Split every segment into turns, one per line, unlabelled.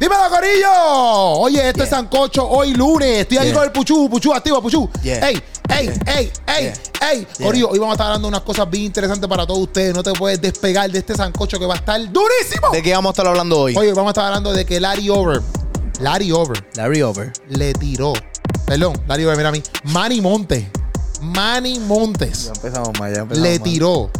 ¡Dímelo, Corillo! Oye, esto es Sancocho hoy lunes. Estoy ahí
Yeah.
con el Puchú, Puchú, activa, Puchú.
Yeah.
¡Ey! ¡Ey! ¡Ey! ¡Ey! ¡Ey!
Yeah.
Corillo, hoy vamos a estar hablando de unas cosas bien interesantes para todos ustedes. No te puedes despegar de este Sancocho que va a estar durísimo.
¿De qué vamos a estar hablando hoy?
Oye, vamos a estar hablando de que Larry Over, Larry Over
Larry Over.
le tiró, perdón, Larry Over, mira a mí, Manny Montes, Manny Montes
empezamos mal, ya empezamos
le
mal.
tiró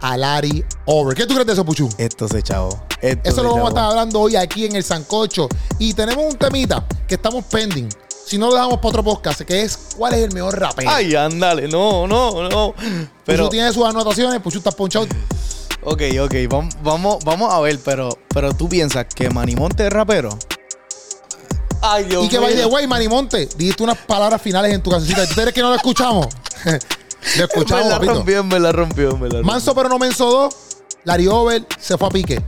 a Larry Over. ¿Qué tú crees de eso, Puchu?
Esto se chavo. Esto
Eso
se
lo vamos a
chavó.
estar hablando hoy aquí en el Sancocho. Y tenemos un temita que estamos pending. Si no lo dejamos para otro podcast, que es cuál es el mejor rapero.
Ay, ándale, no, no, no.
Puchu
Pero,
tiene sus anotaciones, Puchu está ponchado.
ok, ok, vam- vamos, vamos a ver, pero, pero tú piensas que Manimonte es rapero. Ay, Dios
Y que by the way, Manny Monte, dijiste unas palabras finales en tu cancioncita. ¿Tú crees que no lo escuchamos? lo escuchamos,
Me la
papito.
rompió, me la rompió, me la rompió.
Manso pero no menso dos. Larry Over se fue a pique.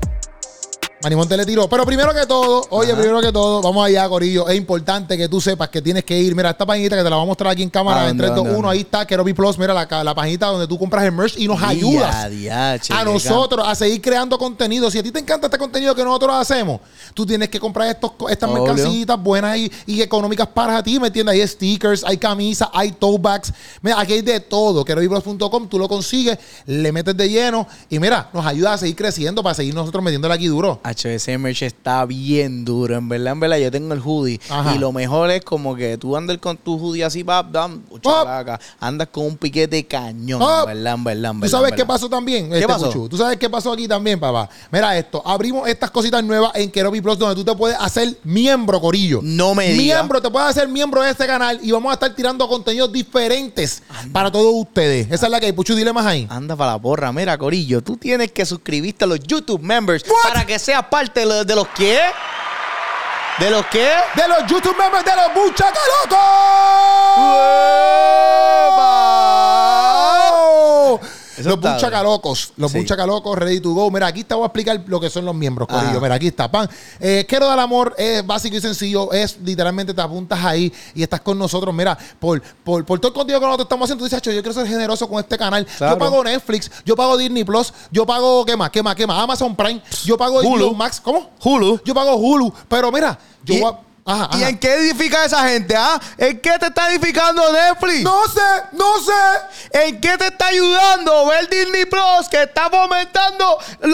Manimonte le tiró. Pero primero que todo, oye,
Ajá.
primero que todo, vamos allá, Corillo. Es importante que tú sepas que tienes que ir. Mira, esta paginita que te la voy a mostrar aquí en cámara
Ah,
en
anda,
3, 2, 1.
anda, anda.
Ahí está, Keropi Plus. Mira, la, ca- la paginita donde tú compras el merch y nos
Ya,
ayudas
diache,
a
llega.
nosotros a seguir creando contenido. Si a ti te encanta este contenido que nosotros hacemos, tú tienes que comprar estos, co- estas
Obvio.
mercancitas buenas y, y económicas para ti, ¿me entiendes? Hay stickers, hay camisas, hay tote bags. Mira, aquí hay de todo. Querovibros.com, tú lo consigues, le metes de lleno y mira, nos ayuda a seguir creciendo para seguir nosotros metiéndole aquí duro.
Hacho, ese merch está bien duro. En verdad, en verdad, yo tengo el hoodie.
Ajá.
Y lo mejor es como que tú andas con tu hoodie así, pap, dam, chalaca. Andas con un piquete cañón.
Up.
En verdad, en verdad, en
¿Tú
verdad,
sabes
en
qué
verdad.
pasó también? este,
pasó?
Puchu? ¿Tú sabes qué pasó aquí también, papá? Mira esto. Abrimos estas cositas nuevas en Keropi Plus donde tú te puedes hacer miembro, Corillo.
No me digas.
Miembro, te puedes hacer miembro de este canal y vamos a estar tirando contenidos diferentes para todos ustedes. Esa es la que hay. Puchu, dile más ahí.
Anda para la porra. Mira, Corillo, tú tienes que suscribirte a los YouTube members para que seas parte de los, de los que. ¿De los que?
De los YouTube members de los Buchacalotos.
Eso
Los
está
buchacalocos, los
Sí.
buchacalocos ready to go. Mira, aquí te voy a explicar lo que son los miembros, Corillo.
Ajá.
Mira, aquí está, pan. Eh, Quiero dar amor, es básico y sencillo. Es literalmente te apuntas ahí y estás con nosotros. Mira, por, por, por todo el contenido que nosotros estamos haciendo, tú dices, "Acho, yo quiero ser generoso con este canal. Yo
Claro.
pago Netflix, yo pago Disney Plus, yo pago, ¿qué más? ¿Qué más? ¿Qué más? Amazon Prime, yo pago
Hulu.
HBO Max. ¿Cómo?
Hulu.
Yo pago Hulu. Pero mira, yo
¿Y-
voy a- ajá,
¿Y
ajá.
en qué edifica esa gente, ah? ¿En qué te está edificando Netflix?
No sé, no sé.
¿En qué te está ayudando ver Disney Plus que está fomentando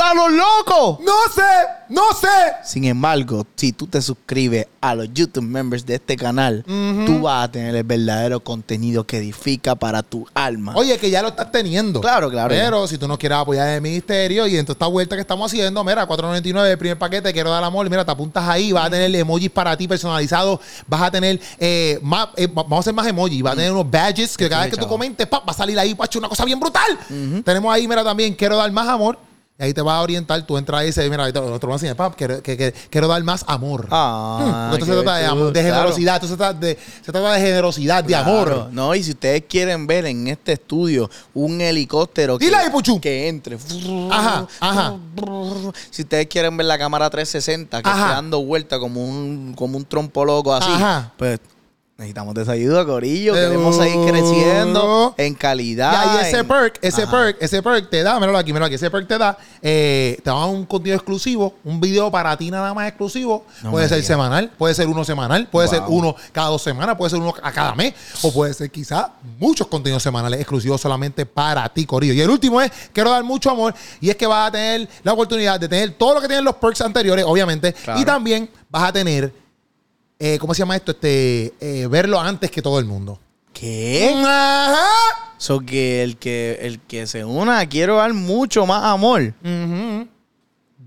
a los locos?
No sé, no sé.
Sin embargo, si tú te suscribes a los YouTube members de este canal, tú vas a tener el verdadero contenido que edifica para tu alma.
Oye, que ya lo estás teniendo.
Claro, claro.
Pero si tú no quieres apoyar el ministerio y en toda esta vuelta que estamos haciendo, mira, 4.99 el primer paquete, quiero dar amor, mira, te apuntas ahí, vas a tener emojis para ti personalizados, vas a tener eh, más, eh, va- vamos a hacer más emojis, vas a tener unos badges que cada vez que tú
chavo.
comentes, pa, va a salir ahí, pacho, una cosa bien brutal. Tenemos ahí, mira, también, quiero dar más amor. Y ahí te vas a orientar, tú entras ahí y dices, mira, ahorita el otro va a enseñar, pap, quiero, que- que- quiero dar más amor.
Ah,
Porque Hmm. esto se
qué
trata de, amor, de
chulo, claro.
generosidad, esto se trata de, se trata de generosidad, de
Claro,
amor.
No, y si ustedes quieren ver en este estudio un helicóptero que,
Dile ahí, Puchu.
que entre.
Ajá, ajá.
Si ustedes quieren ver la cámara 360 que
Ajá.
está dando vuelta como un, como un trompo loco así,
Ajá.
pues necesitamos de esa ayuda, Corillo.
Seguro.
Queremos seguir creciendo en calidad.
Y ahí ese
en-
perk, ese
Ajá.
perk, ese perk te da, míralo aquí, míralo aquí, ese perk te da, eh, te da un contenido exclusivo, un video para ti nada más exclusivo.
No
puede
me
ser
digas.
semanal, puede ser uno semanal, puede ser
Wow.
uno cada dos semanas, puede ser uno a cada mes, o puede ser quizás muchos contenidos semanales exclusivos solamente para ti, Corillo. Y el último es, quiero dar mucho amor, y es que vas a tener la oportunidad de tener todo lo que tienen los perks anteriores, obviamente,
Claro.
y también vas a tener, eh, ¿cómo se llama esto? Este, eh, verlo antes que todo el mundo.
¿Qué?
Ajá.
So que el que el que se una, quiero dar mucho más amor.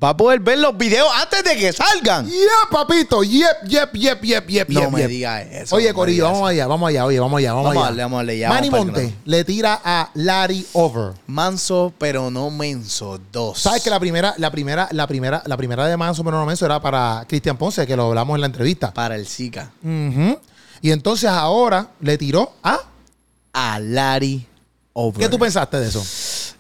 Va a poder ver los videos antes de que salgan.
Yeah, papito. Yep, yep, yep, yep, yep,
No
yep,
me
yep.
digas eso.
Oye,
no me
Corillo,
digas
vamos allá, vamos allá, oye, vamos allá, vamos,
Vamos
allá.
a darle, vamos a darle, ya
Manny
vamos para el
Monte le tira a Larry Over.
eso. Manso, pero no menso. Dos.
¿Sabes que la primera, la primera, la primera, la primera de Manso pero no Menso era para Cristian Ponce, que lo hablamos en la entrevista?
Para el Zika.
Ujú. Y entonces ahora le tiró a.
A Larry Over.
¿Qué tú pensaste de eso?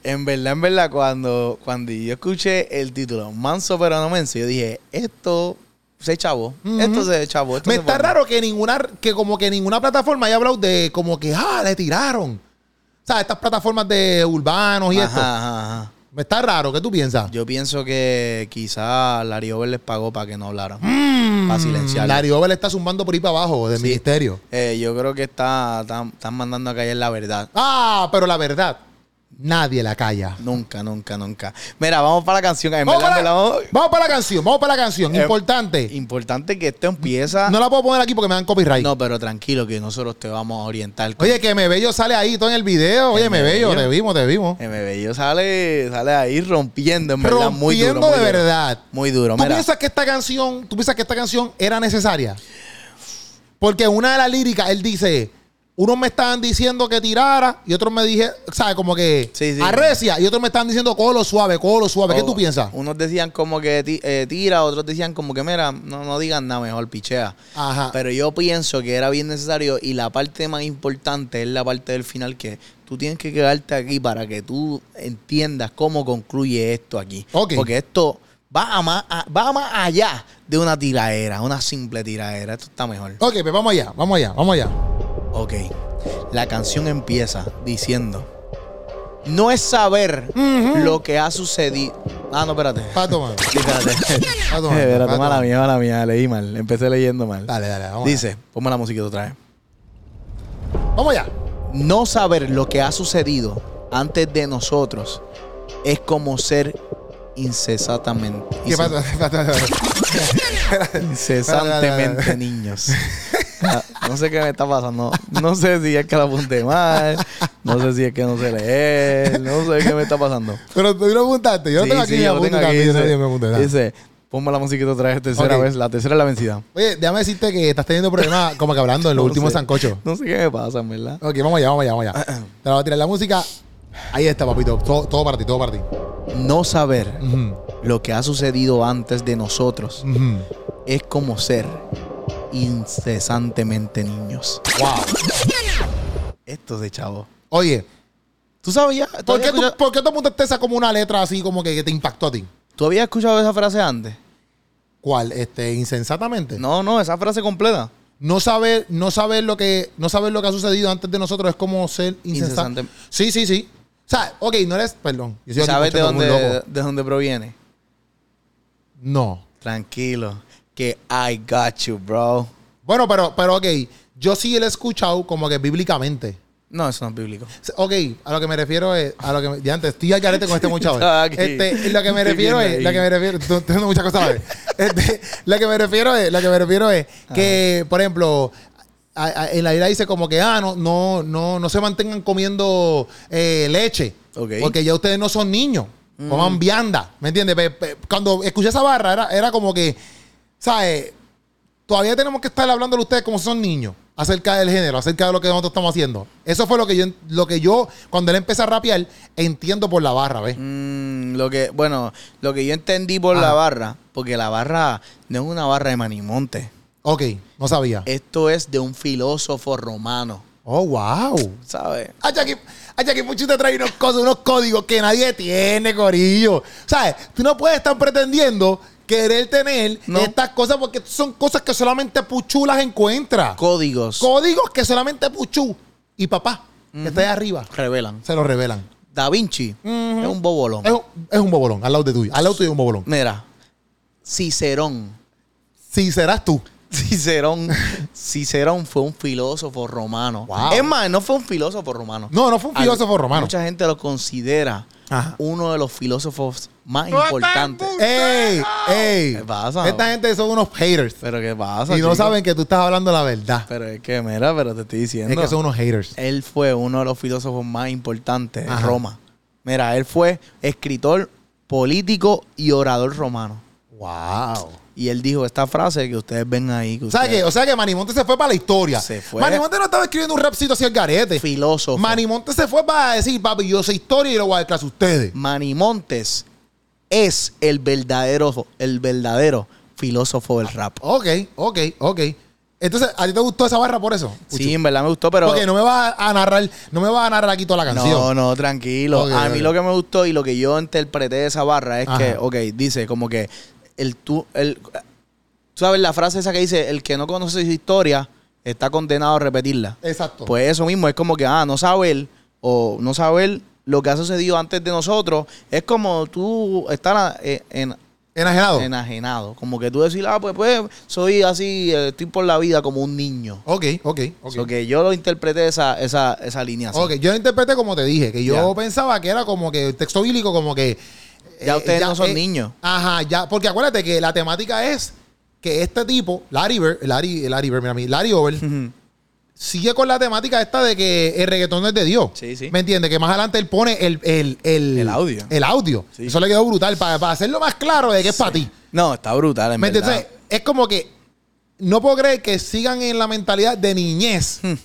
En verdad, en verdad, cuando, cuando yo escuché el título Manso, pero no menso, yo dije, esto se chavo. Esto se chavo.
Me está raro que ninguna, que como que ninguna plataforma haya hablado de como que ah, le tiraron. O sea, estas plataformas de urbanos y
Ajá,
esto.
ajá, ajá.
Me está raro, ¿qué tú piensas?
Yo pienso que quizá Larry Over les pagó para que no hablaran. para silenciar.
Mm. Larry Over le está zumbando por ahí para abajo del
Sí.
ministerio.
Eh, yo creo que está, están están mandando a callar la verdad.
Ah, pero la verdad, nadie la calla.
Nunca, nunca, nunca. Mira, vamos para la canción. En
Vamos
verdad,
para,
en verdad, vamos-
vamos para la canción, vamos para la canción.
Eh,
Importante.
Importante que esto empieza.
No la puedo poner aquí porque me dan copyright.
No, pero tranquilo, que nosotros te vamos a orientar.
Oye, que me bello sale ahí todo en el video. Oye, me bello,
Bello.
te vimos, te vimos.
MBello sale, sale ahí rompiendo, en verdad, muy duro.
Rompiendo
muy
de
duro.
verdad.
Muy duro,
¿Tú
mira.
piensas que esta canción, tú piensas que esta canción era necesaria? Porque en una de las líricas él dice, unos me estaban diciendo que tirara y otros me dije, ¿sabes? Como que
Sí, Oh. sí.
arrecia y otros me estaban diciendo colo suave, colo suave. ¿Qué
O-
tú piensas?
Unos decían como que ti- eh, tira, otros decían como que, mira, no, no digan nada, mejor pichea.
Ajá.
Pero yo pienso que era bien necesario y la parte más importante es la parte del final que tú tienes que quedarte aquí para que tú entiendas cómo concluye esto aquí.
Ok.
Porque esto va a más, a- va a más allá de una tiraera, una simple tiraera. Esto está mejor.
Ok, pues vamos allá, vamos allá, vamos allá.
Ok. La canción empieza diciendo: No es saber lo que ha sucedido. Ah, no, espérate.
Pato, man.
Sí, espérate.
Pato, man.
Eh, espérate,
Pato,
mala
man.
mía, mala mía. Leí mal. Empecé leyendo mal.
Dale, dale, vamos.
Dice: Ponme la música otra vez.
allá. Vamos allá.
No saber lo que ha sucedido antes de nosotros es como ser incesatamente.
¿Qué pasa?
Incesantemente niños. Ah, No sé qué me está pasando. No sé si es que la apunté mal. No sé si es que no sé leer. No sé qué me está pasando.
Pero tú lo apuntaste, yo no
Sí,
tengo
sí,
aquí mi
yo lo
apunte
tengo aquí,
también, yo
dice-
no tengo mi apunte, nada.
Dice, ponme la musiquita otra vez, tercera
Ok.
vez. La tercera es la vencida.
Oye, déjame decirte que estás teniendo problemas como que hablando en los
No
últimos
sé.
sancochos.
No sé qué me pasa, en verdad.
Ok, vamos allá, vamos allá, vamos allá. Te la voy a tirar la música. Ahí está, papito. Todo, todo para ti, todo para ti.
No saber
Ujú,
lo que ha sucedido antes de nosotros
ujú.
es como ser incesantemente niños.
Wow.
Esto de chavo.
Oye,
¿Tú sabías? ¿Tú,
¿por qué,
habías
tú,
escuchado,
¿por qué tú apuntaste esa como una letra así como que, que te impactó a ti?
tú habías escuchado esa frase antes?
¿Cuál? Este, insensatamente.
No, no, esa frase completa.
No saber, no saber lo que, no saber lo que ha sucedido antes de nosotros es como ser insensante.
Insensante.
Sí, sí, sí. O sea, ok, no eres, perdón. Yo soy
¿Y
aquí
¿Sabes de
escuchando como
dónde,
un loco.
de dónde proviene?
No.
Tranquilo, que I got you, bro.
Bueno, pero, pero ok, yo sí lo he escuchado como que bíblicamente.
No, eso no es bíblico.
Ok, a lo que me refiero es, a lo que me, ya antes estoy al carete con este muchacho.
Está aquí.
Este, lo que me
Estoy
refiero
viendo
es, lo
ahí.
que me refiero, estoy haciendo muchas cosas a la vez. Este, lo que me refiero es, lo que me refiero es que, por ejemplo, a- a- en la Biblia dice como que, ah, no, no, no, no se mantengan comiendo eh, leche,
Ok. Mm.
porque ya ustedes no son niños, coman vianda, ¿me entiendes? Pe- pe- Cuando escuché esa barra era, era como que, ¿sabes? todavía tenemos que estar hablándole a ustedes como son niños acerca del género, acerca de lo que nosotros estamos haciendo. Eso fue lo que yo, lo que yo cuando él empezó a rapear, entiendo por la barra, ¿ves?
Mm, lo que, bueno, lo que yo entendí por
Ajá.
la barra, porque la barra no es una barra de Manimonte.
Ok, no sabía.
Esto es de un filósofo romano,
Oh, wow.
¿sabes?
Ay, Jackie, ay, Jackie Puchu te trae unos, cosas, unos códigos que nadie tiene, Corillo. ¿Sabes? Tú no puedes estar pretendiendo querer tener
No.
estas cosas porque son cosas que solamente Puchu las encuentra.
Códigos
códigos que solamente Puchu y papá, que está ahí arriba,
revelan.
se los revelan.
Da Vinci
Ujú.
es un bobolón.
Es un, es un bobolón, al lado de tuyo. Al lado tuyo es un bobolón.
Mira, Cicerón.
Si serás tú.
Cicerón, Cicerón fue un filósofo romano.
Wow.
Es más, no fue un filósofo romano.
No, no fue un
Al-
filósofo romano.
Mucha gente lo considera
Ajá.
uno de los filósofos más importantes.
¡Ey! ¡Ey!
¿Qué pasa?
Esta gente son unos haters.
Pero qué
Y
pasa.
no
chico?
saben que tú estás hablando la verdad.
Pero es que, mira, pero te estoy diciendo.
Es que son unos haters.
Él fue uno de los filósofos más importantes de
Ajá.
Roma. Mira, él fue escritor, político y orador romano.
¡Wow!
Y él dijo esta frase que ustedes ven ahí. Que
O sea, que,
ustedes-
o sea que Manimonte se fue para la historia.
Se fue.
Manimonte no estaba escribiendo un rapcito hacia el garete.
Filósofo.
Manimonte se fue para decir, papi, yo sé historia y lo voy a dar clase a ustedes.
Mm. Manimontes es el verdadero, el verdadero filósofo del rap.
Ok, ok, ok. Entonces, ¿a ti te gustó esa barra por eso?
Sí, en verdad me gustó, pero...
Porque no me vas a narrar, no me vas a narrar aquí toda la canción.
No, no, tranquilo.
Ok,
a
ok.
mí lo que me gustó y lo que yo interpreté de esa barra es
Ajá.
que, ok, dice como que el tú, el, tú sabes la frase esa que dice, el que no conoce su historia está condenado a repetirla.
Exacto.
Pues eso mismo es como que, ah, no saber o no saber lo que ha sucedido antes de nosotros, es como tú estar eh, en,
Enajenado.
enajenado. Como que tú decís, ah, pues, pues, soy así, eh, estoy por la vida como un niño.
ok, ok, ok.
So que yo lo interpreté esa, esa, esa línea. así.
Ok, yo lo interpreté como te dije, que yo
Ya.
pensaba que era como que texto bíblico, como que.
Ya ustedes no son
eh,
niños.
Ajá, ya, porque acuérdate que la temática es que este tipo, Larry Bird, Larry, Larry Bird, mira a mí, Larry Over,
Ujú.
sigue con la temática esta de que el reggaetón no es de Dios.
Sí, sí.
¿Me entiendes? Que más adelante él pone el, el, el,
El audio.
El audio.
Sí.
Eso le quedó brutal, para, para hacerlo más claro de que es para ti.
No, está brutal, en
¿Me
verdad.
entiendes? Es como que no puedo creer que sigan en la mentalidad de niñez,
Hmm.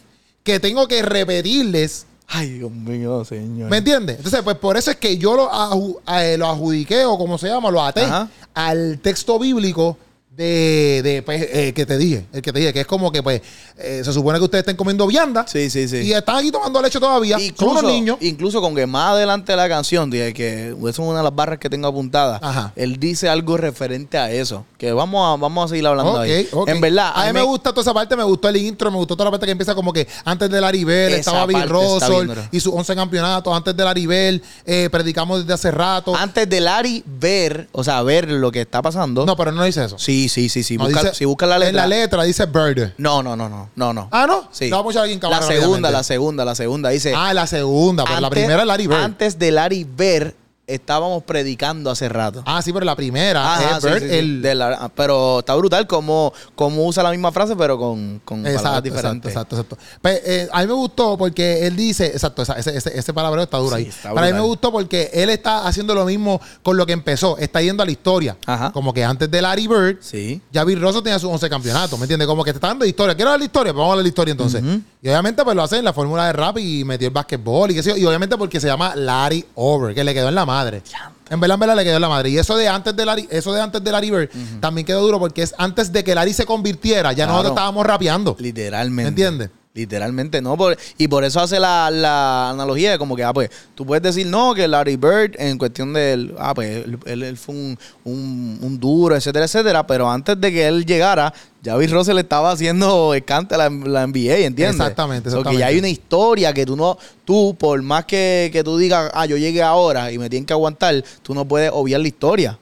que tengo que repetirles
Ay, Dios mío, señor.
¿Me entiendes? Entonces, pues por eso es que yo lo, aju- a- eh, lo adjudiqué, o como se llama, lo até
Ajá.
al texto bíblico de, de, pues, eh, que te dije, el que te dije, que es como que, pues, eh, se supone que ustedes estén comiendo vianda
Sí, sí, sí.
y están aquí tomando leche todavía. Son
Incluso,
unos niños.
incluso con que más adelante de la canción, dije que eso es una de las barras que tengo apuntada.
Ajá.
Él dice algo referente a eso. Que vamos a, vamos a seguir hablando
Ok,
ahí.
ok.
En verdad,
a mí me gusta toda esa parte, me gustó el intro, me gustó toda la parte que empieza como que antes de Laribel
Esa
estaba Bill
parte está bien
Russell
dura.
y sus 11 campeonatos, antes de Laribel, eh, predicamos desde hace rato.
Antes de Larry ver, o sea, ver lo que está pasando.
no, pero no dice eso.
Sí, sí, sí, sí.
No,
Busca-
dice-
si buscas la
En
letra.
la letra dice Bird.
no, no, no, no, no, no.
Ah, ¿no?
Sí.
No, vamos a alguien
la
cabrón,
segunda,
rápidamente.
la segunda, la segunda. Dice.
Ah, la segunda, pero la
antes-
primera es Larry Bird.
Antes de Larry ver, estábamos predicando hace rato.
ah, sí, pero la primera
Ajá,
es
sí,
Bird,
sí, sí.
el-
De la- ah, pero está brutal como, como usa la misma frase, pero con, con palabras
Exacto, exacto,
diferentes.
exacto, exacto. Pe- eh, a mí me gustó porque él dice, exacto, esa- ese, ese, ese palabreo está duro
Sí,
ahí.
está
Pero a mí me
brutal.
gustó porque él está haciendo lo mismo con lo que empezó, está yendo a la historia.
Ajá.
Como que antes de Larry Bird,
Sí.
ya Bill Russell tenía sus 11 campeonatos, ¿me entiendes? Como que te está dando historia. Quiero hablar de historia, pues vamos a hablar de historia entonces. Y obviamente, pues lo hacen en la fórmula de rap y metió el básquetbol y qué sé yo. Y obviamente porque se llama Larry Over, que le quedó en la madre. En verdad, en verdad le quedó en la madre. Y eso de antes de Larry, eso de antes de Larry Bird también quedó duro porque es antes de que Larry se convirtiera, ya nosotros
Claro.
estábamos rapeando.
Literalmente.
¿Me entiendes?
Literalmente, no. por- y por eso hace la, la analogía de como que, ah, pues, tú puedes decir, no, que Larry Bird, en cuestión del, ah, pues, él, él- él fue un, un- un duro, etcétera, etcétera, pero antes de que él llegara, ya Bill Russell estaba haciendo el cante a la, la NBA, ¿entiendes?
Exactamente,
So que
exactamente.
ya hay una historia que tú no, tú, por más que, que tú digas, ah, yo llegué ahora y me tienen que aguantar, tú no puedes obviar la historia.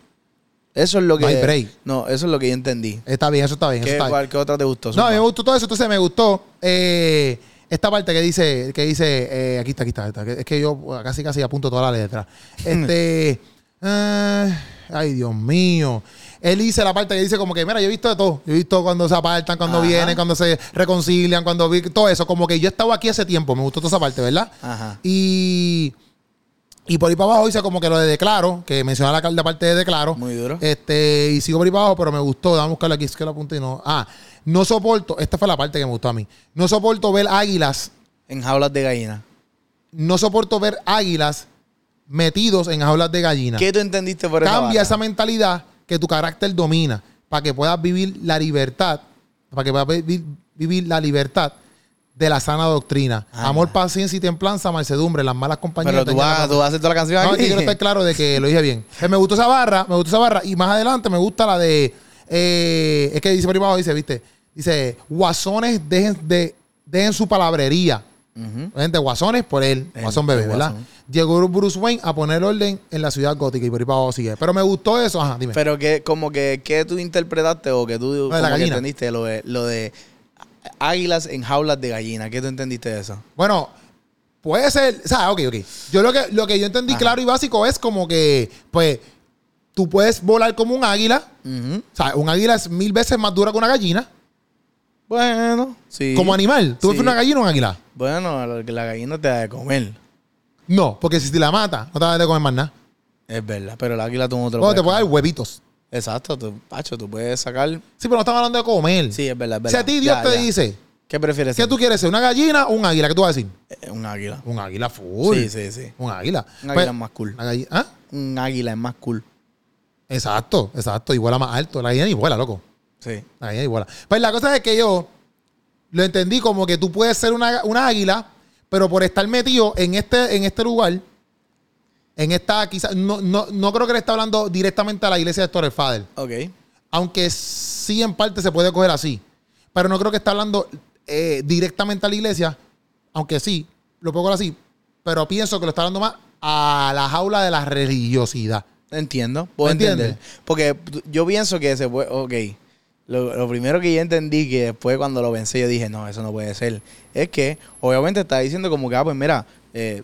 Eso es lo que.
No hay break.
No, eso es lo que yo entendí.
Está bien, eso está bien. eso
¿Qué,
está bien.
cuál- qué otra te gustó?
No, a mí me
Zumba?
gustó todo eso. Entonces me gustó eh, esta parte que dice, que dice, eh, aquí está, aquí está, aquí está. Es que yo eh, casi casi apunto toda la letra. Este, eh, ay Dios mío. Él dice la parte que dice como que, mira, yo he visto de todo. Yo he visto cuando se apartan, cuando
Ajá.
vienen, cuando se reconcilian, cuando vi todo eso. Como que yo estaba aquí hace tiempo. Me gustó toda esa parte, ¿verdad?
Ajá.
Y, y por ahí para abajo dice como que lo de declaro, que menciona la, la parte de declaro.
Muy duro.
Este, y sigo por ahí para abajo, pero me gustó. Dame a buscarlo aquí, es que lo apunté y no. Ah, no soporto, esta fue la parte que me gustó a mí. No soporto ver águilas,
En jaulas de gallina.
no soporto ver águilas metidos en jaulas de gallina.
¿Qué tú entendiste por esa
Cambia
barra?
esa mentalidad que tu carácter domina para que puedas vivir la libertad, para que puedas vivir, vivir la libertad de la sana doctrina.
Anda.
Amor, paciencia y templanza, mansedumbre, las malas compañías.
Ah, Pero tú
dañan la
vas, tú vas a hacer toda la canción
no, aquí
aquí.
quiero estar claro de que lo dije bien. Eh, me gustó esa barra, me gustó esa barra. Y más adelante me gusta la de. eh, es que dice por ahí abajo, dice, viste. Dice, guasones, dejen, de, dejen su palabrería.
Ujú.
Gente, guasones por él,
El-
guasón bebé,
el
¿verdad?
guasón.
Llegó Bruce Wayne a poner orden en la ciudad gótica y por ahí para abajo sigue. Pero me gustó eso, ajá, dime.
Pero que, como que, ¿qué tú interpretaste o que tú
la
como que
gallina.
entendiste lo de, lo de águilas en jaulas de gallina? ¿Qué tú entendiste de eso?
Bueno, puede ser. O sea, ok, ok. Yo lo que, lo que yo entendí
Ajá.
claro y básico es como que, pues, tú puedes volar como un águila.
Ujú.
O sea, un águila es mil veces más dura que una gallina.
Bueno, sí.
Como animal. ¿Tú
Sí.
prefieres una gallina o un águila?
Bueno, la, la gallina te da de comer.
No, porque si te la mata, no te vas a comer más nada.
Es verdad, pero el águila tú no te lo
Bueno, te puede
puedes
dar huevitos.
comer. Exacto, tú, Pacho, tú puedes sacar.
Sí, pero no estamos hablando de comer.
Sí, es verdad, es verdad.
si a ti Dios
Ya,
te
ya.
dice,
¿Qué prefieres?
¿qué
ser?
tú quieres ser? ¿Una gallina o un águila? ¿Qué tú vas a decir?
Eh, Un águila.
Un águila full.
Sí, sí, sí.
Un águila. Pues,
Un águila es más cool.
Una galli- ¿Ah?
Un águila es más cool.
Exacto, exacto. Y vuela más alto. La gallina ni vuela, loco.
Sí.
La gallina ni vuela. Pues la cosa es que yo lo entendí como que tú puedes ser una, una águila, pero por estar metido en este, en este lugar, en esta, quizás, no, no, no creo que le está hablando directamente a la iglesia de Torres Fader.
Ok.
aunque sí en parte se puede coger así. Pero no creo que está hablando eh, directamente a la iglesia, aunque sí, lo puedo coger así, pero pienso que lo está hablando más a la jaula de la religiosidad.
Entiendo, puedo
¿Me entiendes?
entender. Porque yo pienso que se puede. Ok. Lo, lo primero que yo entendí, que después cuando lo pensé, yo dije, no, eso no puede ser. Es que, obviamente, está diciendo como que, ah, pues mira, eh,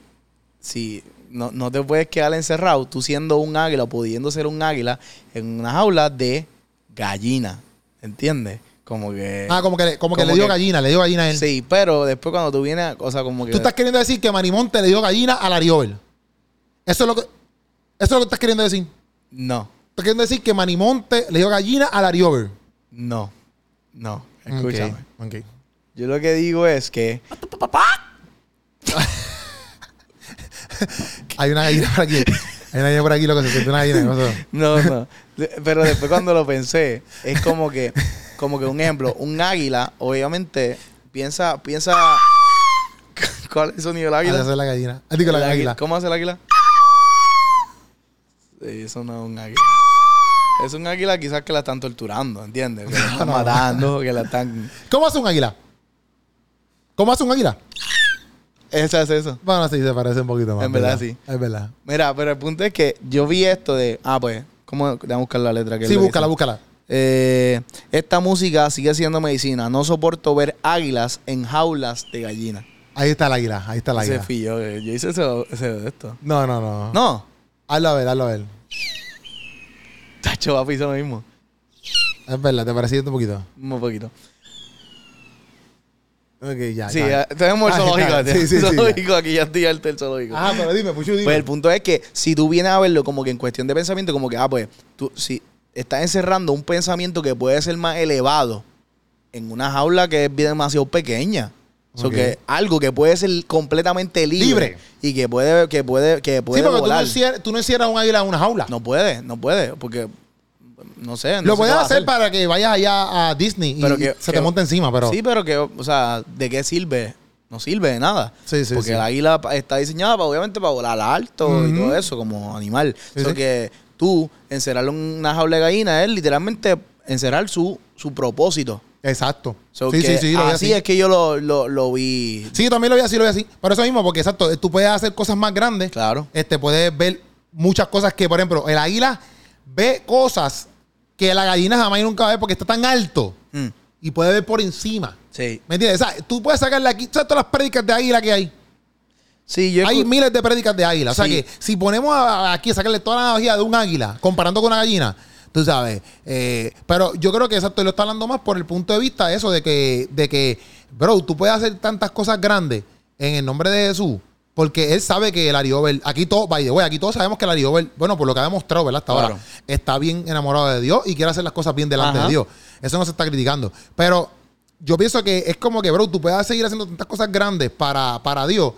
si no, no te puedes quedar encerrado, tú siendo un águila o pudiendo ser un águila en una jaula de gallina. ¿Entiendes? Como que.
Ah, como que, le- como que
Como
le dio
que-
gallina, le dio gallina a él.
sí, pero después cuando tú vienes, o sea, como que.
Tú estás queriendo decir que Marimonte le dio gallina a Lariover. Eso es lo que. Eso es lo que estás queriendo decir.
No,
Estás queriendo decir que Marimonte le dio gallina a Lariover.
no, no. Escúchame.
Ok, ok.
Yo lo que digo es que.
Hay una gallina por aquí. Hay una gallina por aquí, loco. Se siente una gallina. ¿qué pasó?
No, no. De- Pero después cuando lo pensé, es como que, como que un ejemplo, un águila, obviamente, piensa, piensa. ¿Cuál es el sonido del
Ah, esa
águila?
es la gallina. Ah, digo,
El
la
águi-
águila.
¿Cómo hace el águila? Sí, eso no es un águila. Es un águila quizás que la están torturando, ¿entiendes? Que la están matando, que la están.
¿Cómo hace un águila? ¿Cómo hace un águila?
Eso es eso.
Bueno, sí, se parece un poquito más.
En verdad, sí.
Es verdad.
Mira, pero el punto es que yo vi esto de. Ah, pues, ¿cómo? Déjame buscar la letra que es
Sí,
lo que
búscala,
dice.
búscala.
Eh, esta música sigue siendo medicina. No soporto ver águilas en jaulas de gallina.
Ahí está el águila. Ahí está el
Ese
águila.
fui yo, eh. yo hice eso- ese de esto.
No, no, no.
No,
Hazlo a ver, hazlo a ver.
Tacho va a pisar lo mismo.
Es verdad, te parecía un poquito.
Un poquito.
Ok, ya.
Sí,
ya.
eh, tenemos el
Ah,
zoológico.
claro.
tío.
Sí, sí, sí,
Zoológico, aquí ya estoy harto del zoológico.
Ajá, Ah, pero dime, Puchu, dime.
Pues el punto es que si tú vienes a verlo como que en cuestión de pensamiento, como que, ah, pues, tú si estás encerrando un pensamiento que puede ser más elevado en una jaula que es bien demasiado pequeña. O sea,
Ok.
que algo que puede ser completamente libre,
Libre.
y que puede, que puede, que puede
sí, porque tú no,
volar.
encierras, tú no encierras un águila en una jaula.
No puede, no puede, porque no sé. no
Lo
sé
puedes
qué va a
hacer, para que vayas allá a Disney y
Pero que-
se
que-
te monte encima, pero.
Sí, pero que, o sea, ¿de qué sirve? No sirve de nada.
Sí, sí,
Porque
sí.
el águila pa- está diseñada para, obviamente para volar alto y
Ujú.
todo eso, como animal.
Sí,
so
sí.
que tú encerrarlo en una jaula de gallina es literalmente encerrar su, su propósito.
Exacto.
So
sí,
que
sí, sí, lo vi
así
así.
es que yo lo, lo, lo vi.
Sí, yo también lo vi así, lo vi así. Por eso mismo, porque exacto, tú puedes hacer cosas más grandes.
Claro.
Este, puedes ver muchas cosas que, por ejemplo, el águila ve cosas que la gallina jamás y nunca ve porque está tan alto
Mm,
y puede ver por encima.
sí.
¿Me entiendes? O sea, tú puedes sacarle aquí, ¿sabes todas las prédicas de águila que hay?
Sí, yo
Hay
escu-
miles de prédicas de águila. O sea
Sí.
que si ponemos a- a- aquí a sacarle toda la analogía de un águila comparando con una gallina, tú sabes. eh, pero yo creo que exacto, lo está hablando más por el punto de vista de eso, de que, de que, bro, tú puedes hacer tantas cosas grandes en el nombre de Jesús. Porque él sabe que el Ariover, aquí todos, by the way, aquí todos sabemos que el Ariover, bueno, por lo que ha demostrado, ¿verdad? Hasta
Claro.
ahora, está bien enamorado de Dios y quiere hacer las cosas bien delante
Ajá.
de Dios. Eso no se está criticando. Pero yo pienso que es como que, bro, tú puedes seguir haciendo tantas cosas grandes para, para Dios,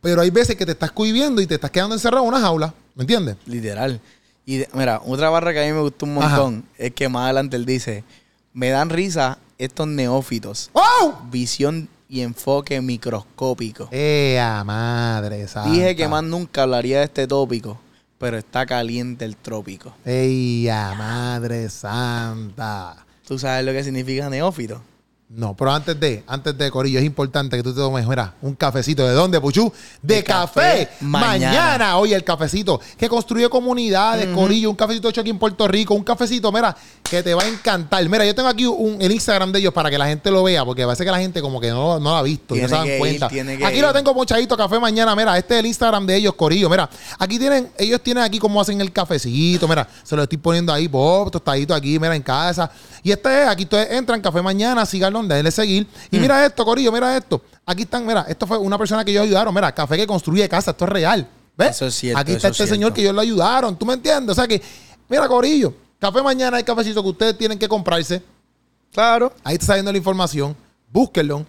pero hay veces que te estás cohibiendo y te estás quedando encerrado en una jaula. ¿Me entiendes?
Literal. Y de- mira, otra barra que a mí me gustó un montón es que más adelante él dice: Me dan risa estos neófitos.
¡Oh!
Visión y enfoque microscópico.
¡Ea madre santa!
Dije que más nunca hablaría de este tópico, pero está caliente el trópico.
¡Ea madre santa!
¿Tú sabes lo que significa neófito?
No, pero antes de, antes de Corillo, es importante que tú te tomes, mira, un cafecito. ¿De dónde, Puchu? De,
De
café,
Café
mañana.
Mañana.
Oye, el cafecito que construye comunidades, Corillo, un cafecito hecho aquí en Puerto Rico, un cafecito, mira, que te va a encantar. Mira, yo tengo aquí un, el Instagram de ellos para que la gente lo vea, porque parece que la gente como que no, no lo ha visto y no
Tiene
se dan
que ir,
cuenta.
tiene que
aquí lo
ir.
tengo mochadito, café mañana. Mira, este es el Instagram de ellos, Corillo. Mira, aquí tienen, ellos tienen aquí cómo hacen el cafecito. Mira, se lo estoy poniendo ahí, Bob, tostadito aquí, mira, en casa. Y este es, aquí ustedes entran, café mañana, síganlo, denle seguir. Y
Mm.
mira esto, Corillo, mira esto. Aquí están, mira, esto fue una persona que ellos ayudaron. Mira, café que construye casa, esto es real. ¿Ves?
Eso es cierto,
Aquí está
eso
este
es
señor
cierto.
que ellos lo ayudaron, ¿tú me entiendes? O sea que, mira, Corillo, café mañana, el cafecito que ustedes tienen que comprarse.
Claro.
Ahí está saliendo la información, búsquenlo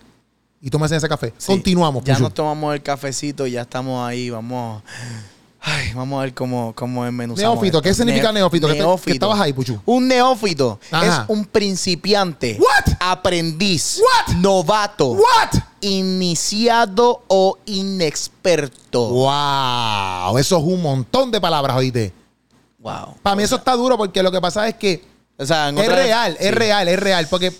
y tómense ese café. Continuamos,
Ya
Puchu.
nos tomamos el cafecito, ya estamos ahí, vamos. Ay, vamos a ver cómo, cómo enmenuzamos.
Neófito, ¿qué
esto.
significa
Ne-
neófito? ¿Qué te- qué estabas ahí, Puchu?
Un neófito
Ajá.
es un principiante,
What?
aprendiz,
What?
novato,
¿What?
iniciado o inexperto.
¡Wow! Eso es un montón de palabras, oíste.
Wow.
Para mí eso está duro porque lo que pasa es que
O sea, en
es
otra-
real,
sí.
es real, es real. Porque,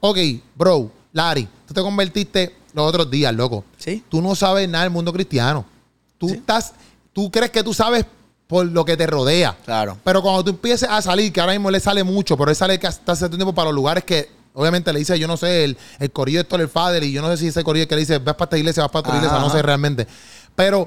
ok, bro, Larry, tú te convertiste los otros días, loco.
Sí.
Tú no sabes nada del mundo cristiano. Tú
Sí.
estás, tú crees que tú sabes por lo que te rodea.
Claro.
Pero cuando tú empieces a salir, que ahora mismo le sale mucho, pero él sale que hasta hace tiempo para los lugares que, obviamente, le dice, yo no sé, el, el corillo de Héctor el Fader, y yo no sé si ese corillo que le dice, vas para esta iglesia, vas para otra
Ajá,
iglesia, no sé
ajá.
realmente. Pero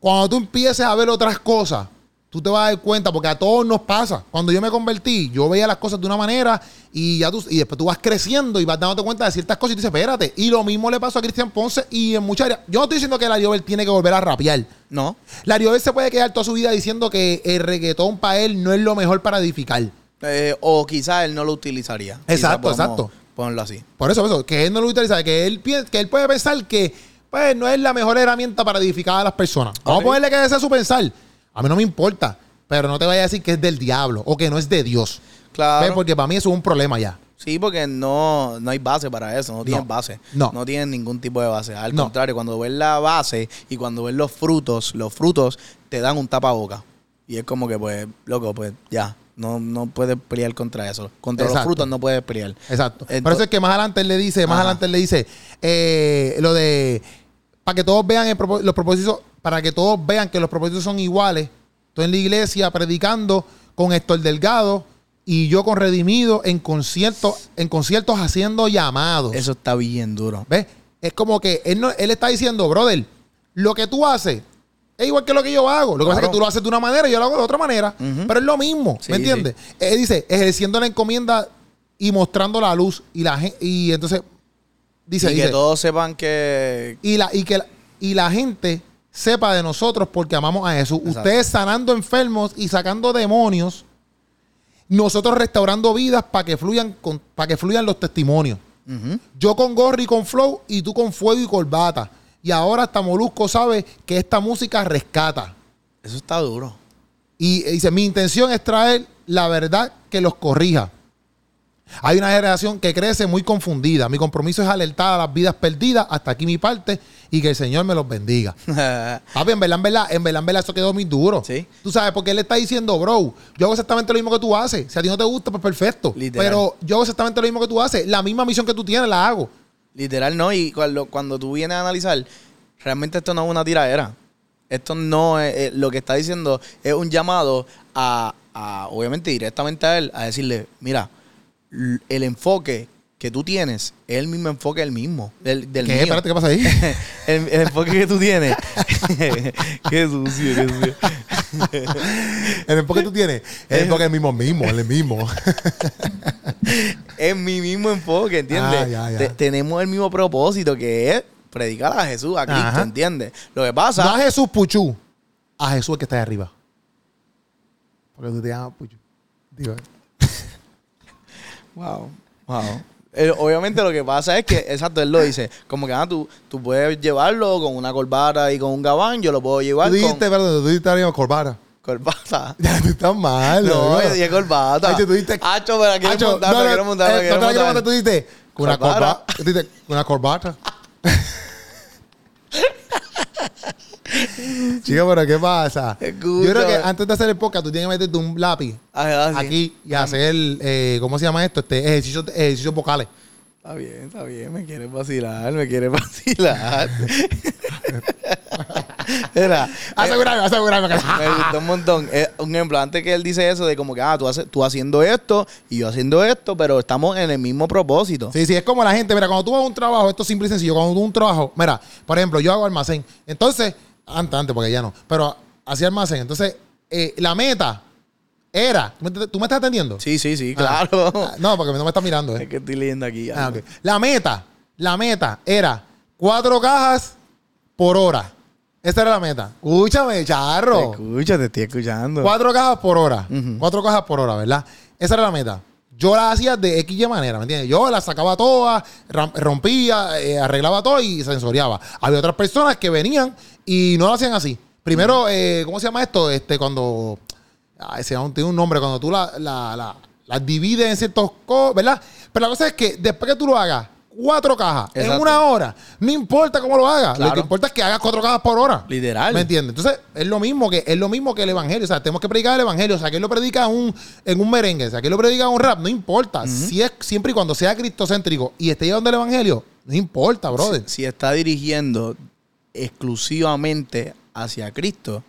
cuando tú empieces a ver otras cosas, tú te vas a dar cuenta, porque a todos nos pasa. Cuando yo me convertí, yo veía las cosas de una manera y ya tú, y después tú vas creciendo y vas dándote cuenta de ciertas cosas y tú dices, espérate. Y lo mismo le pasó a Cristian Ponce y en muchas áreas. Yo no estoy diciendo que la Diobel tiene que volver a rapear.
No.
Larioel se puede quedar toda su vida diciendo que el reggaetón para él no es lo mejor para edificar.
Eh, o quizás él no lo utilizaría. Quizá
Exacto,
podamos
exacto.
Ponerlo así.
Por eso, por eso, que él no lo utiliza, que él, piensa- que él puede pensar que pues, no es la mejor herramienta para edificar a las personas. Vamos
Ok.
a ponerle que ese es su pensar. A mí no me importa, pero no te vaya a decir que es del diablo o que no es de Dios.
Claro.
¿Ves? Porque para mí eso es un problema ya.
Sí, porque no, no hay base para eso, no tienen base.
no.
No tienen ningún tipo de base. Al
No.
contrario, cuando ves la base y cuando ves los frutos, los frutos te dan un tapaboca. Y es como que, pues, loco, pues ya. No, no puedes pelear contra eso. Contra los
Exacto.
frutos no puedes pelear.
Exacto.
Ento-
Por eso es que más adelante él le dice, más
Ajá.
adelante él le dice, eh, lo de, para que todos vean el propó- los propósitos, para que todos vean que los propósitos son iguales. Tú en la iglesia predicando con Héctor Delgado y yo con Redimido en conciertos, en conciertos haciendo llamados.
Eso está bien duro.
¿Ves? Es como que él, no, él está diciendo, brother, lo que tú haces es igual que lo que yo hago. Lo que pasa es
Claro.
que tú lo haces de una manera y yo lo hago de otra manera.
Ujú.
Pero es lo mismo,
Sí,
¿me entiendes? Él dice, ejerciendo la encomienda y mostrando la luz. Y la gen- y entonces dice,
y
dice,
que todos sepan que.
y la, y que la, y la gente sepa de nosotros porque amamos a Jesús.
Exacto.
Ustedes sanando enfermos y sacando demonios. Nosotros restaurando vidas para que fluyan con- para que fluyan los testimonios.
Ujú.
Yo con gorri y con flow y tú con fuego y corbata. Y ahora hasta Molusco sabe que esta música rescata.
Eso está duro.
Y eh, dice, mi intención es traer la verdad que los corrija. Hay una generación que crece muy confundida. Mi compromiso es alertar a las vidas perdidas. Hasta aquí mi parte. Y que el Señor me los bendiga. Papi, en verdad, en verdad, en verdad, en verdad, eso quedó muy duro.
Sí.
Tú sabes, porque él está diciendo, bro, yo hago exactamente lo mismo que tú haces. Si a ti no te gusta, pues perfecto.
Literal.
Pero yo hago exactamente lo mismo que tú haces. La misma misión que tú tienes, la hago.
Literal, no. Y cuando, cuando tú vienes a analizar, realmente esto no es una tiradera. Esto no es, es- lo que está diciendo es un llamado a, a, obviamente, directamente a él, a decirle, mira, l- el enfoque que tú tienes es el mismo enfoque del mismo, del, del
¿Qué?
mío.
Espérate, ¿qué pasa ahí?
el, el enfoque que tú tienes. qué sucio, qué sucio.
El enfoque que tú tienes el enfoque es el mismo, mismo, el mismo.
Es mi mismo enfoque, ¿entiendes?
Ah, ya, ya.
Te- tenemos el mismo propósito que es predicar a Jesús, a Cristo,
Ajá.
¿entiendes? Lo que pasa...
No a Jesús Puchú, a Jesús el que está ahí arriba. Porque tú te llamas Puchú. Digo,
Wow, wow. Eh, obviamente lo que pasa es que, exacto, él lo dice, como que ah, tú, tú puedes llevarlo con una corbata y con un gabán, yo lo puedo
tú
llevar
dijiste,
con
perdón, tú dijiste arriba corbata.
corbata.
Ya, tú estás mal.
No, yo
bro.
dije corbata.
Ay, tú dijiste-
Hacho, me la quiero
Hacho,
montar, me la quiero montar, me
eh,
la quiero
no te la quiero
montar.
montar, tú dijiste, con una
Corbata.
corbata. Tú dijiste, con una corbata. Chico, pero ¿qué pasa? Yo creo que
Escúchame.
antes de hacer el podcast, tú tienes que meterte un lápiz
Ah, ah, sí.
aquí y hacer, eh, ¿cómo se llama esto? Este ejercicio, ejercicios vocales.
Está bien, está bien, me quieres vacilar, me quieres vacilar. Era, eh,
Asegurarme, asegurarme que
Me gustó un montón. Eh, un ejemplo, antes que él dice eso de como que, ah, tú, haces- tú haciendo esto y yo haciendo esto, pero estamos en el mismo propósito.
Sí, sí, es como la gente, mira, cuando tú vas a un trabajo, esto es simple y sencillo, cuando tú vas a un trabajo, mira, por ejemplo, yo hago almacén, entonces, antes, antes, porque ya no, pero hacía almacén, entonces, eh, la meta era, ¿tú me, tú me estás atendiendo?
Sí, sí, sí,
Ah,
claro.
ah, no, porque no me estás mirando,
Es
eh.
que estoy leyendo aquí.
Ah,
algo.
ok. La meta, la meta era cuatro cajas por hora. Esa era la meta. Escúchame,
Te
charro.
escucho, te estoy escuchando.
Cuatro cajas por hora. Cuatro cajas por hora, ¿verdad? Esa era la meta. Yo la hacía de XY manera, ¿me entiendes? Yo la sacaba todas, ram- rompía, eh, arreglaba todo y sensoriaba. Había otras personas que venían y no lo hacían así. Primero, eh, ¿cómo se llama esto? Este, cuando. Ay, se llama- tiene un nombre, cuando tú la, la, la- la divides en ciertos. co- ¿Verdad? Pero la cosa es que después que tú lo hagas, cuatro cajas en
Exacto.
una hora, no importa cómo lo hagas, lo
Claro.
que importa es que hagas cuatro cajas por hora.
Literal.
¿Me entiendes? Entonces, es lo mismo que es lo mismo que el evangelio, o sea, tenemos que predicar el evangelio, o sea, que él lo predica en un en un merengue, o sea, que él lo predica en un rap, no importa, si es siempre y cuando sea cristocéntrico y esté llevando el evangelio, no importa, brother.
Si está dirigiendo exclusivamente hacia Cristo,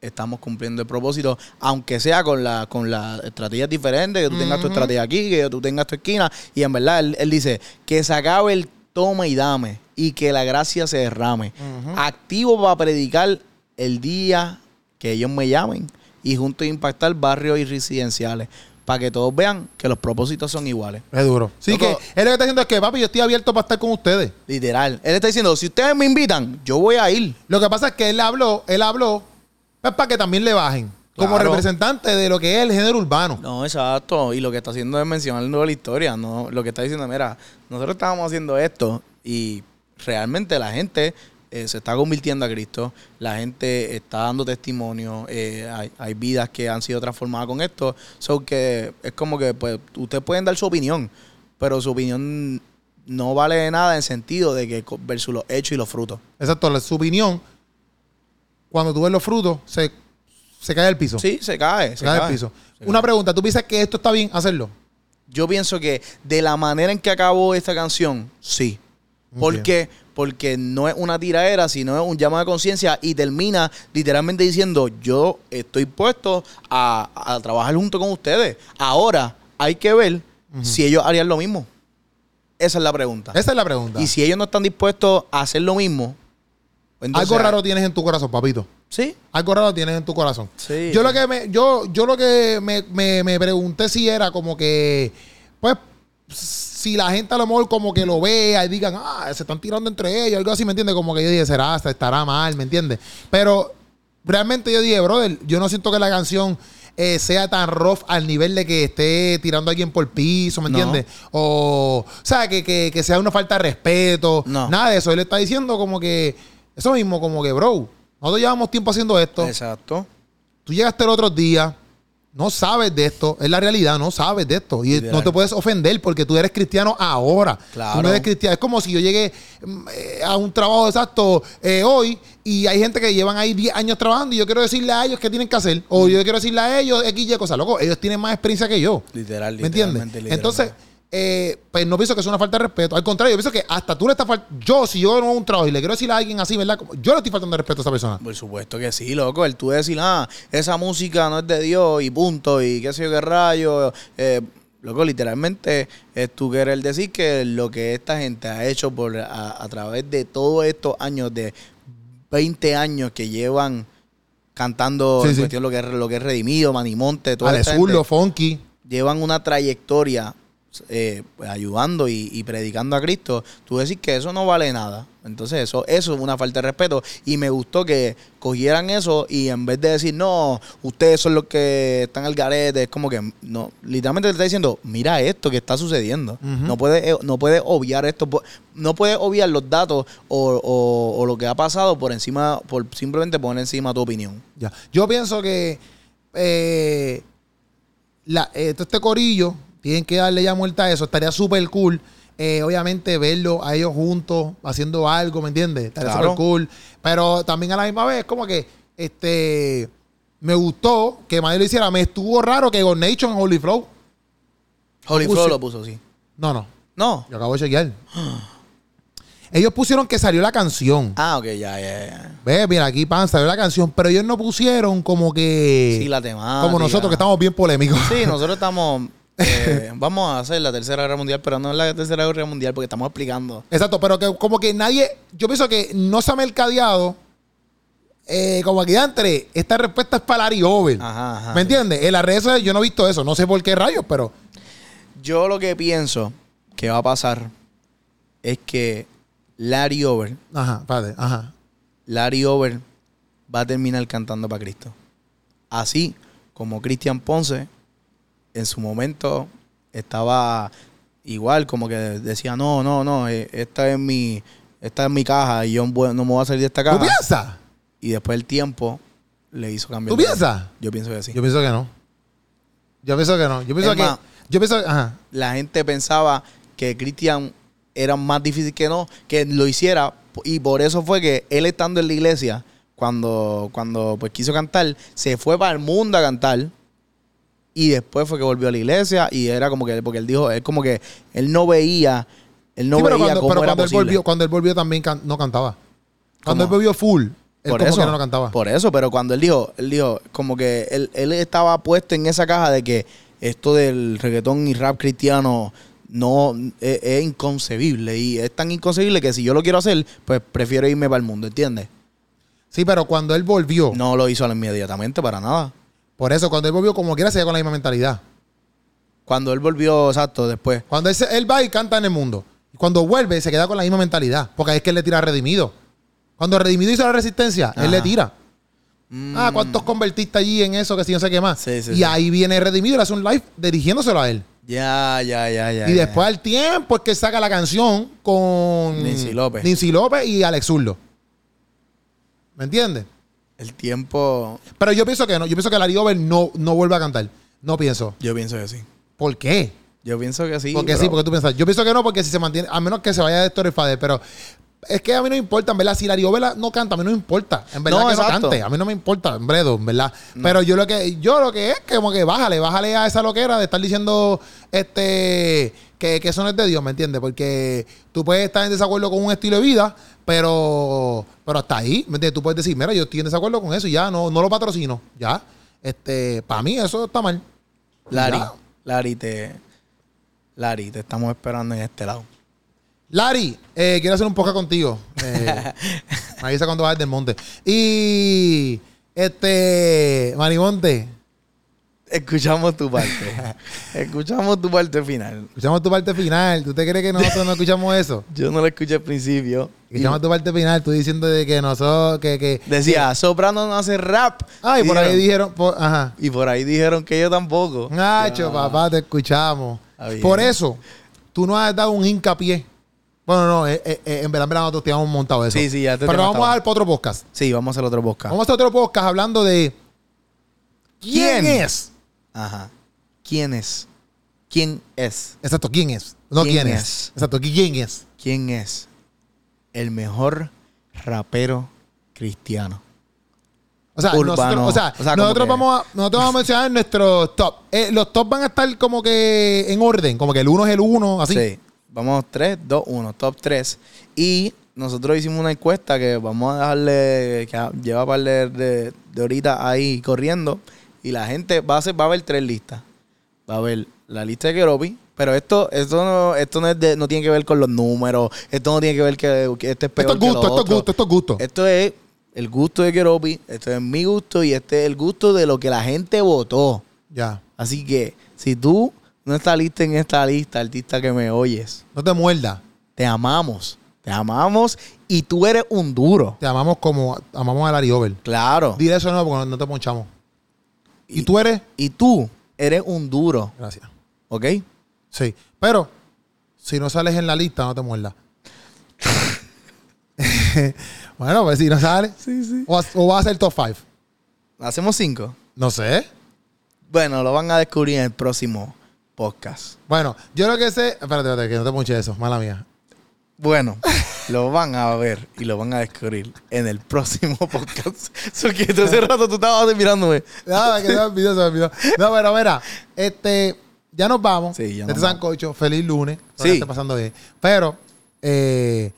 estamos cumpliendo el propósito, aunque sea con la con las estrategias diferentes, que tú tengas tu estrategia aquí, que tú tengas tu esquina. Y en verdad, él, él dice que se acabe el toma y dame y que la gracia se derrame. Activo para predicar el día que ellos me llamen y juntos impactar barrios y residenciales para que todos vean que los propósitos son iguales.
Es duro. Sí,
Loco.
que él lo que está diciendo es que, papi, yo estoy abierto para estar con ustedes.
Literal. Él está diciendo, si ustedes me invitan, yo voy a ir.
Lo que pasa es que él habló, él habló, es para que también le bajen. Como
Claro.
representante de lo que es el género urbano.
No, exacto. Y lo que está haciendo es mencionar nueva la historia. No, lo que está diciendo, mira, nosotros estábamos haciendo esto y realmente la gente eh, se está convirtiendo a Cristo. La gente está dando testimonio. eh, hay, hay vidas que han sido transformadas con esto. So que es como que pues, ustedes pueden dar su opinión, pero su opinión no vale de nada en sentido de que co- versus los hechos y los frutos.
Exacto, la- su opinión, cuando tú ves los frutos, se, se cae al piso.
Sí, se cae.
se, cae al piso. Una pregunta, ¿tú piensas que esto está bien hacerlo?
Yo pienso que de la manera en que acabó esta canción, sí. ¿Por
Ok.
qué? Porque no es una tiraera, sino es un llamado de conciencia y termina literalmente diciendo, yo estoy puesto a, a trabajar junto con ustedes. Ahora hay que ver si ellos harían lo mismo. Esa es la pregunta.
Esa es la pregunta.
Y si ellos no están dispuestos a hacer lo mismo, pues entonces-
Algo raro tienes en tu corazón, papito.
Sí.
Algo raro tienes en tu corazón.
Sí.
Yo lo que me, yo, yo lo que me, me- me pregunté si era como que, pues, si la gente a lo mejor como que lo vea y digan, ah, se están tirando entre ellos, algo así, ¿me entiendes? Como que yo dije, será, hasta estará mal, ¿me entiendes? Pero realmente yo dije, brother, yo no siento que la canción eh, sea tan rough al nivel de que esté tirando a alguien por piso, ¿me
No.
entiendes? O, o sea, que, que- que sea una falta de respeto,
No.
nada Ah, de eso. Él está diciendo como que, eso mismo, como que, bro, nosotros llevamos tiempo haciendo esto
Exacto.
tú llegaste el otro día, no sabes de esto, es la realidad, no sabes de esto. Y
Literal.
no te puedes ofender porque tú eres cristiano ahora.
Claro.
Tú no eres cristiano. Es como si yo llegué mm, eh, a un trabajo exacto eh, hoy y hay gente que llevan ahí 10 años trabajando y yo quiero decirle a ellos qué tienen que hacer. O
Mm.
yo quiero decirle a ellos X, Y, cosas. Loco, ellos tienen más experiencia que yo.
Literal,
¿Me entiendes?
literalmente, literalmente.
Entonces, eh, pues no pienso que es una falta de respeto. Al contrario, yo pienso que hasta tú le estás faltando. Yo, si yo no un trabajo y le quiero decir a alguien así, ¿verdad? Como- Yo le estoy faltando de respeto a esa persona.
Por supuesto que sí, loco. El tú decir, ah, esa música no es de Dios y punto, y qué sé yo qué rayo. eh, loco, literalmente es tú querer decir que lo que esta gente ha hecho por a, a través de todos estos años, de 20 años que llevan cantando
Sí,
en
sí.
cuestión lo que, es- lo que es Redimido, Manimonte, todo
Ale Zurdo, Funky.
llevan una trayectoria eh, pues, ayudando y, y predicando a Cristo, tú decís que eso no vale nada. Entonces eso, eso es una falta de respeto. Y me gustó que cogieran eso y en vez de decir, no, ustedes son los que están al garete, es como que, no, literalmente te está diciendo, mira esto que está sucediendo. No puedes eh, no puedes obviar esto, po- no puedes obviar los datos o, o- o lo que ha pasado por encima, por simplemente poner encima tu opinión.
Ya. Yo pienso que eh, la- eh, todo este corillo tienen que darle ya muerta a eso. Estaría súper cool. eh, obviamente verlo a ellos juntos haciendo algo, ¿me entiendes? Estaría
Claro.
súper cool. Pero también a la misma vez, como que este me gustó que Madrid lo hiciera. Me estuvo raro que God Nation Holy Flow.
Holy
Puso-
Flow lo puso, sí.
No, no.
No.
Yo acabo de chequear. Ellos pusieron que salió la canción.
Ah, ok, ya, ya, ya.
Ve, mira, aquí pan, salió la canción. Pero ellos no pusieron como que.
Sí, la temática.
como nosotros que estamos bien polémicos.
Sí, nosotros estamos. eh, vamos a hacer la tercera guerra mundial, pero no es la tercera guerra mundial porque estamos explicando.
Exacto, pero que como que nadie, yo pienso que no se ha mercadeado eh, como aquí entre, esta respuesta es para Larry Over.
Ajá, ajá.
¿Me entiendes? En las redes sociales yo no he visto eso, no sé por qué rayos, pero
Yo lo que pienso que va a pasar es que Larry Over,
ajá, padre, ajá.
Larry Over va a terminar cantando para Cristo. Así como Cristian Ponce en su momento estaba igual, como que decía, no, no, no, eh, esta es mi, esta es mi caja y yo no me voy a salir de esta
¿Tú
caja.
piensas?
Y después el tiempo le hizo cambiar.
¿Tú
de-
piensas?
Yo pienso que sí.
Yo pienso que no. Yo pienso que no. Yo pienso
Es
que
más-
yo pienso ajá.
La gente pensaba que Cristian era más difícil que no, que lo hiciera. Y por eso fue que él estando en la iglesia, cuando, cuando pues, quiso cantar, se fue para el mundo a cantar. Y después fue que volvió a la iglesia y era como que, porque él dijo, es como que él no veía, él no
Sí, pero
veía
cuando,
cómo
pero
era
cuando él
posible.
volvió, cuando él volvió también can- no cantaba. Cuando
¿Cómo?
él volvió full, Él como que no lo cantaba.
Por eso, pero cuando él dijo, él dijo, como que él, él estaba puesto en esa caja de que esto del reggaetón y rap cristiano no es, es inconcebible. Y es tan inconcebible que si yo lo quiero hacer, pues prefiero irme para el mundo, ¿entiendes?
Sí, pero cuando él volvió,
No lo hizo inmediatamente para nada.
por eso, cuando él volvió, como quiera, se con la misma mentalidad.
Cuando él volvió, exacto, después.
Cuando él, se- él va y canta en el mundo. Y cuando vuelve, se queda con la misma mentalidad. Porque ahí es que él le tira a Redimido. Cuando Redimido hizo la resistencia,
Ajá.
él le tira.
mm,
Ah, ¿cuántos convertiste allí en eso? Que si no sé qué más.
Sí, sí,
y
sí.
ahí viene Redimido y le hace un live dirigiéndoselo a él.
Ya, ya, ya, ya.
y
ya.
después al tiempo es que saca la canción con
Nincy López.
Nincy López y Alex Zurdo. ¿Me entiendes?
El tiempo.
Pero yo pienso que no. Yo pienso que Larry Over no, no vuelve a cantar. No pienso.
Yo pienso que sí.
¿Por qué?
Yo pienso que sí.
Porque
pero-
sí, porque tú piensas. Yo pienso que no, porque si se mantiene, a menos que se vaya de Storefade, pero es que a mí no me importa, en verdad. Si Larry Vela no canta, a mí no me importa. En verdad
No,
que no
exacto.
cante, a mí no me importa, en bredo, en verdad. Pero yo lo que yo lo que es que como que bájale, bájale a esa loquera de estar diciendo este que, que eso no es de Dios, ¿me entiendes? Porque tú puedes estar en desacuerdo con un estilo de vida, pero pero hasta ahí, ¿me entiendes? Tú puedes decir, mira, yo estoy en desacuerdo con eso y ya no no lo patrocino, ya. Este, para mí eso está mal.
Lari,
Ya.
Lari, te. Lari, te estamos esperando en este lado.
Lari, eh, quiero hacer un podcast contigo. Eh, me avisa cuando bajes del monte. Y este, Marimonte,
Escuchamos tu parte. escuchamos tu parte final.
escuchamos tu parte final. ¿Tú te crees que nosotros no escuchamos eso?
Yo no lo escuché al principio. Y
Escuchamos tu parte final, tú diciendo de que nosotros, que, que.
decía, Soprano no hace rap.
Ay,
Y
por ahí
dijeron-
dijeron, por- ajá.
Y por ahí dijeron que yo tampoco.
Nacho, papá, te escuchamos.
Está bien.
Por eso, tú no has dado un hincapié. Bueno, no, eh, eh, eh, en verdad, en verdad nosotros te hemos montado eso.
Sí, sí, ya te Ah.
Pero
te
vamos
mataba.
a dar para otro podcast.
Sí, vamos a hacer otro podcast.
Vamos a hacer otro podcast hablando de.
¿Quién?
¿Quién es?
Ajá. ¿Quién es? ¿Quién es?
Exacto, ¿quién es? No
¿Quién
quién, es?
es?
Exacto, ¿quién es?
¿Quién es? El mejor rapero cristiano.
O sea,
Urbano.
nosotros, o sea,
O sea, como
nosotros,
que-
vamos a, nosotros vamos a mencionar nuestros top. Eh, los top van a estar como que en orden, como que el uno es el uno, así.
Sí. Vamos 3, 2, 1, top 3. Y nosotros hicimos una encuesta que vamos a dejarle, que a- lleva para leer de, de ahorita ahí corriendo. Y la gente va a, hacer, va a ver tres listas. Va a ver la lista de Keropi. Pero esto, esto, no, esto no, es de- no tiene que ver con los números. Esto no tiene que ver que, que este es
Esto
peor
es
que lo
gusto, esto es
otro. Eh.
gusto, esto es gusto.
Esto es el gusto de Keropi. Esto es mi gusto. Y este es el gusto de lo que la gente votó.
Ya.
Así que, si tú no estás lista en esta lista, artista que me oyes,
No te muerdas.
te amamos. Te amamos y tú eres un duro.
Te amamos como amamos a Larry Over.
Claro.
Dile eso no, porque no te ponchamos. Y, tú eres.
Y tú eres un duro,
Gracias.
¿ok?
Sí. Pero, si no sales en la lista, no te muerdas. bueno, pues si no sales.
Sí, sí.
O, o vas a ser top 5.
Hacemos cinco.
No sé.
Bueno, lo van a descubrir en el próximo podcast.
Bueno, yo lo que sé. Espérate, espérate, que no te ponche eso, mala mía.
Bueno, lo van a ver y lo van a descubrir en el próximo podcast. So que todo ese rato tú estabas mirándome.
Nada, que se me olvidó, se me olvidó. No, pero mira, este, ya nos vamos.
Sí, ya nos
este
vamos.
Sancocho, feliz lunes.
Sí.
Ahora está pasando bien. Pero, eh,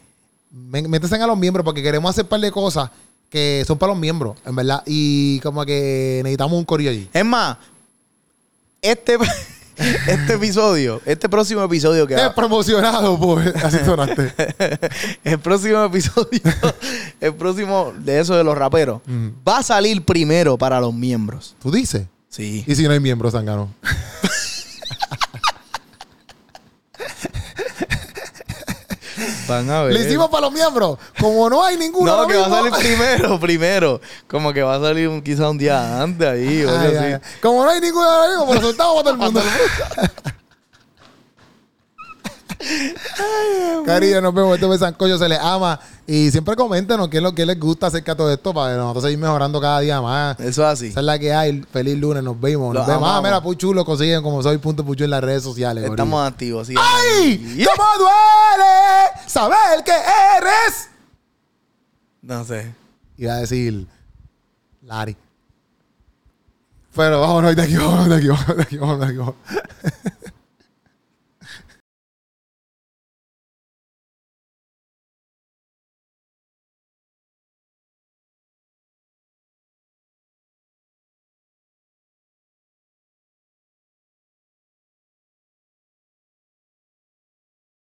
me- métanse a los miembros porque queremos hacer un par de cosas que son para los miembros, en verdad. Y como que necesitamos un corillo allí.
Es más, este, este episodio, este próximo episodio que
Es promocionado, pues. Así sonaste.
el próximo episodio, el próximo de eso de los raperos,
Mm.
va a salir primero para los miembros.
Tú dices.
Sí.
¿Y si no hay miembros, Sangano?
Van a ver.
Le hicimos para los miembros. Como no hay ninguno.
no,
ahora
que va a
mismo.
salir primero, primero. Como que va a salir un, quizá un día antes ahí. o algo
Ay,
así.
ay, ay. Como no hay ninguno ahora mismo, pues soltamos para todo el mundo. Cariño, nos vemos. Este fue Sancocho, se les ama. Y siempre coméntenos qué es lo que les gusta acerca de todo esto para nosotros seguir mejorando cada día más.
Eso es así.
Esa es la que hay. Feliz lunes, nos vimos. Nos
Los
vemos. Ah,
amamos.
mira, Puchu lo consiguen como soy punto Puchu en las redes sociales.
Estamos activos. sí.
¡Ay! ¡Cómo duele saber que eres!
No sé.
Iba a decir Lari. Pero vámonos de aquí, vámonos de aquí, vámonos de aquí, vámonos de aquí. vámonos.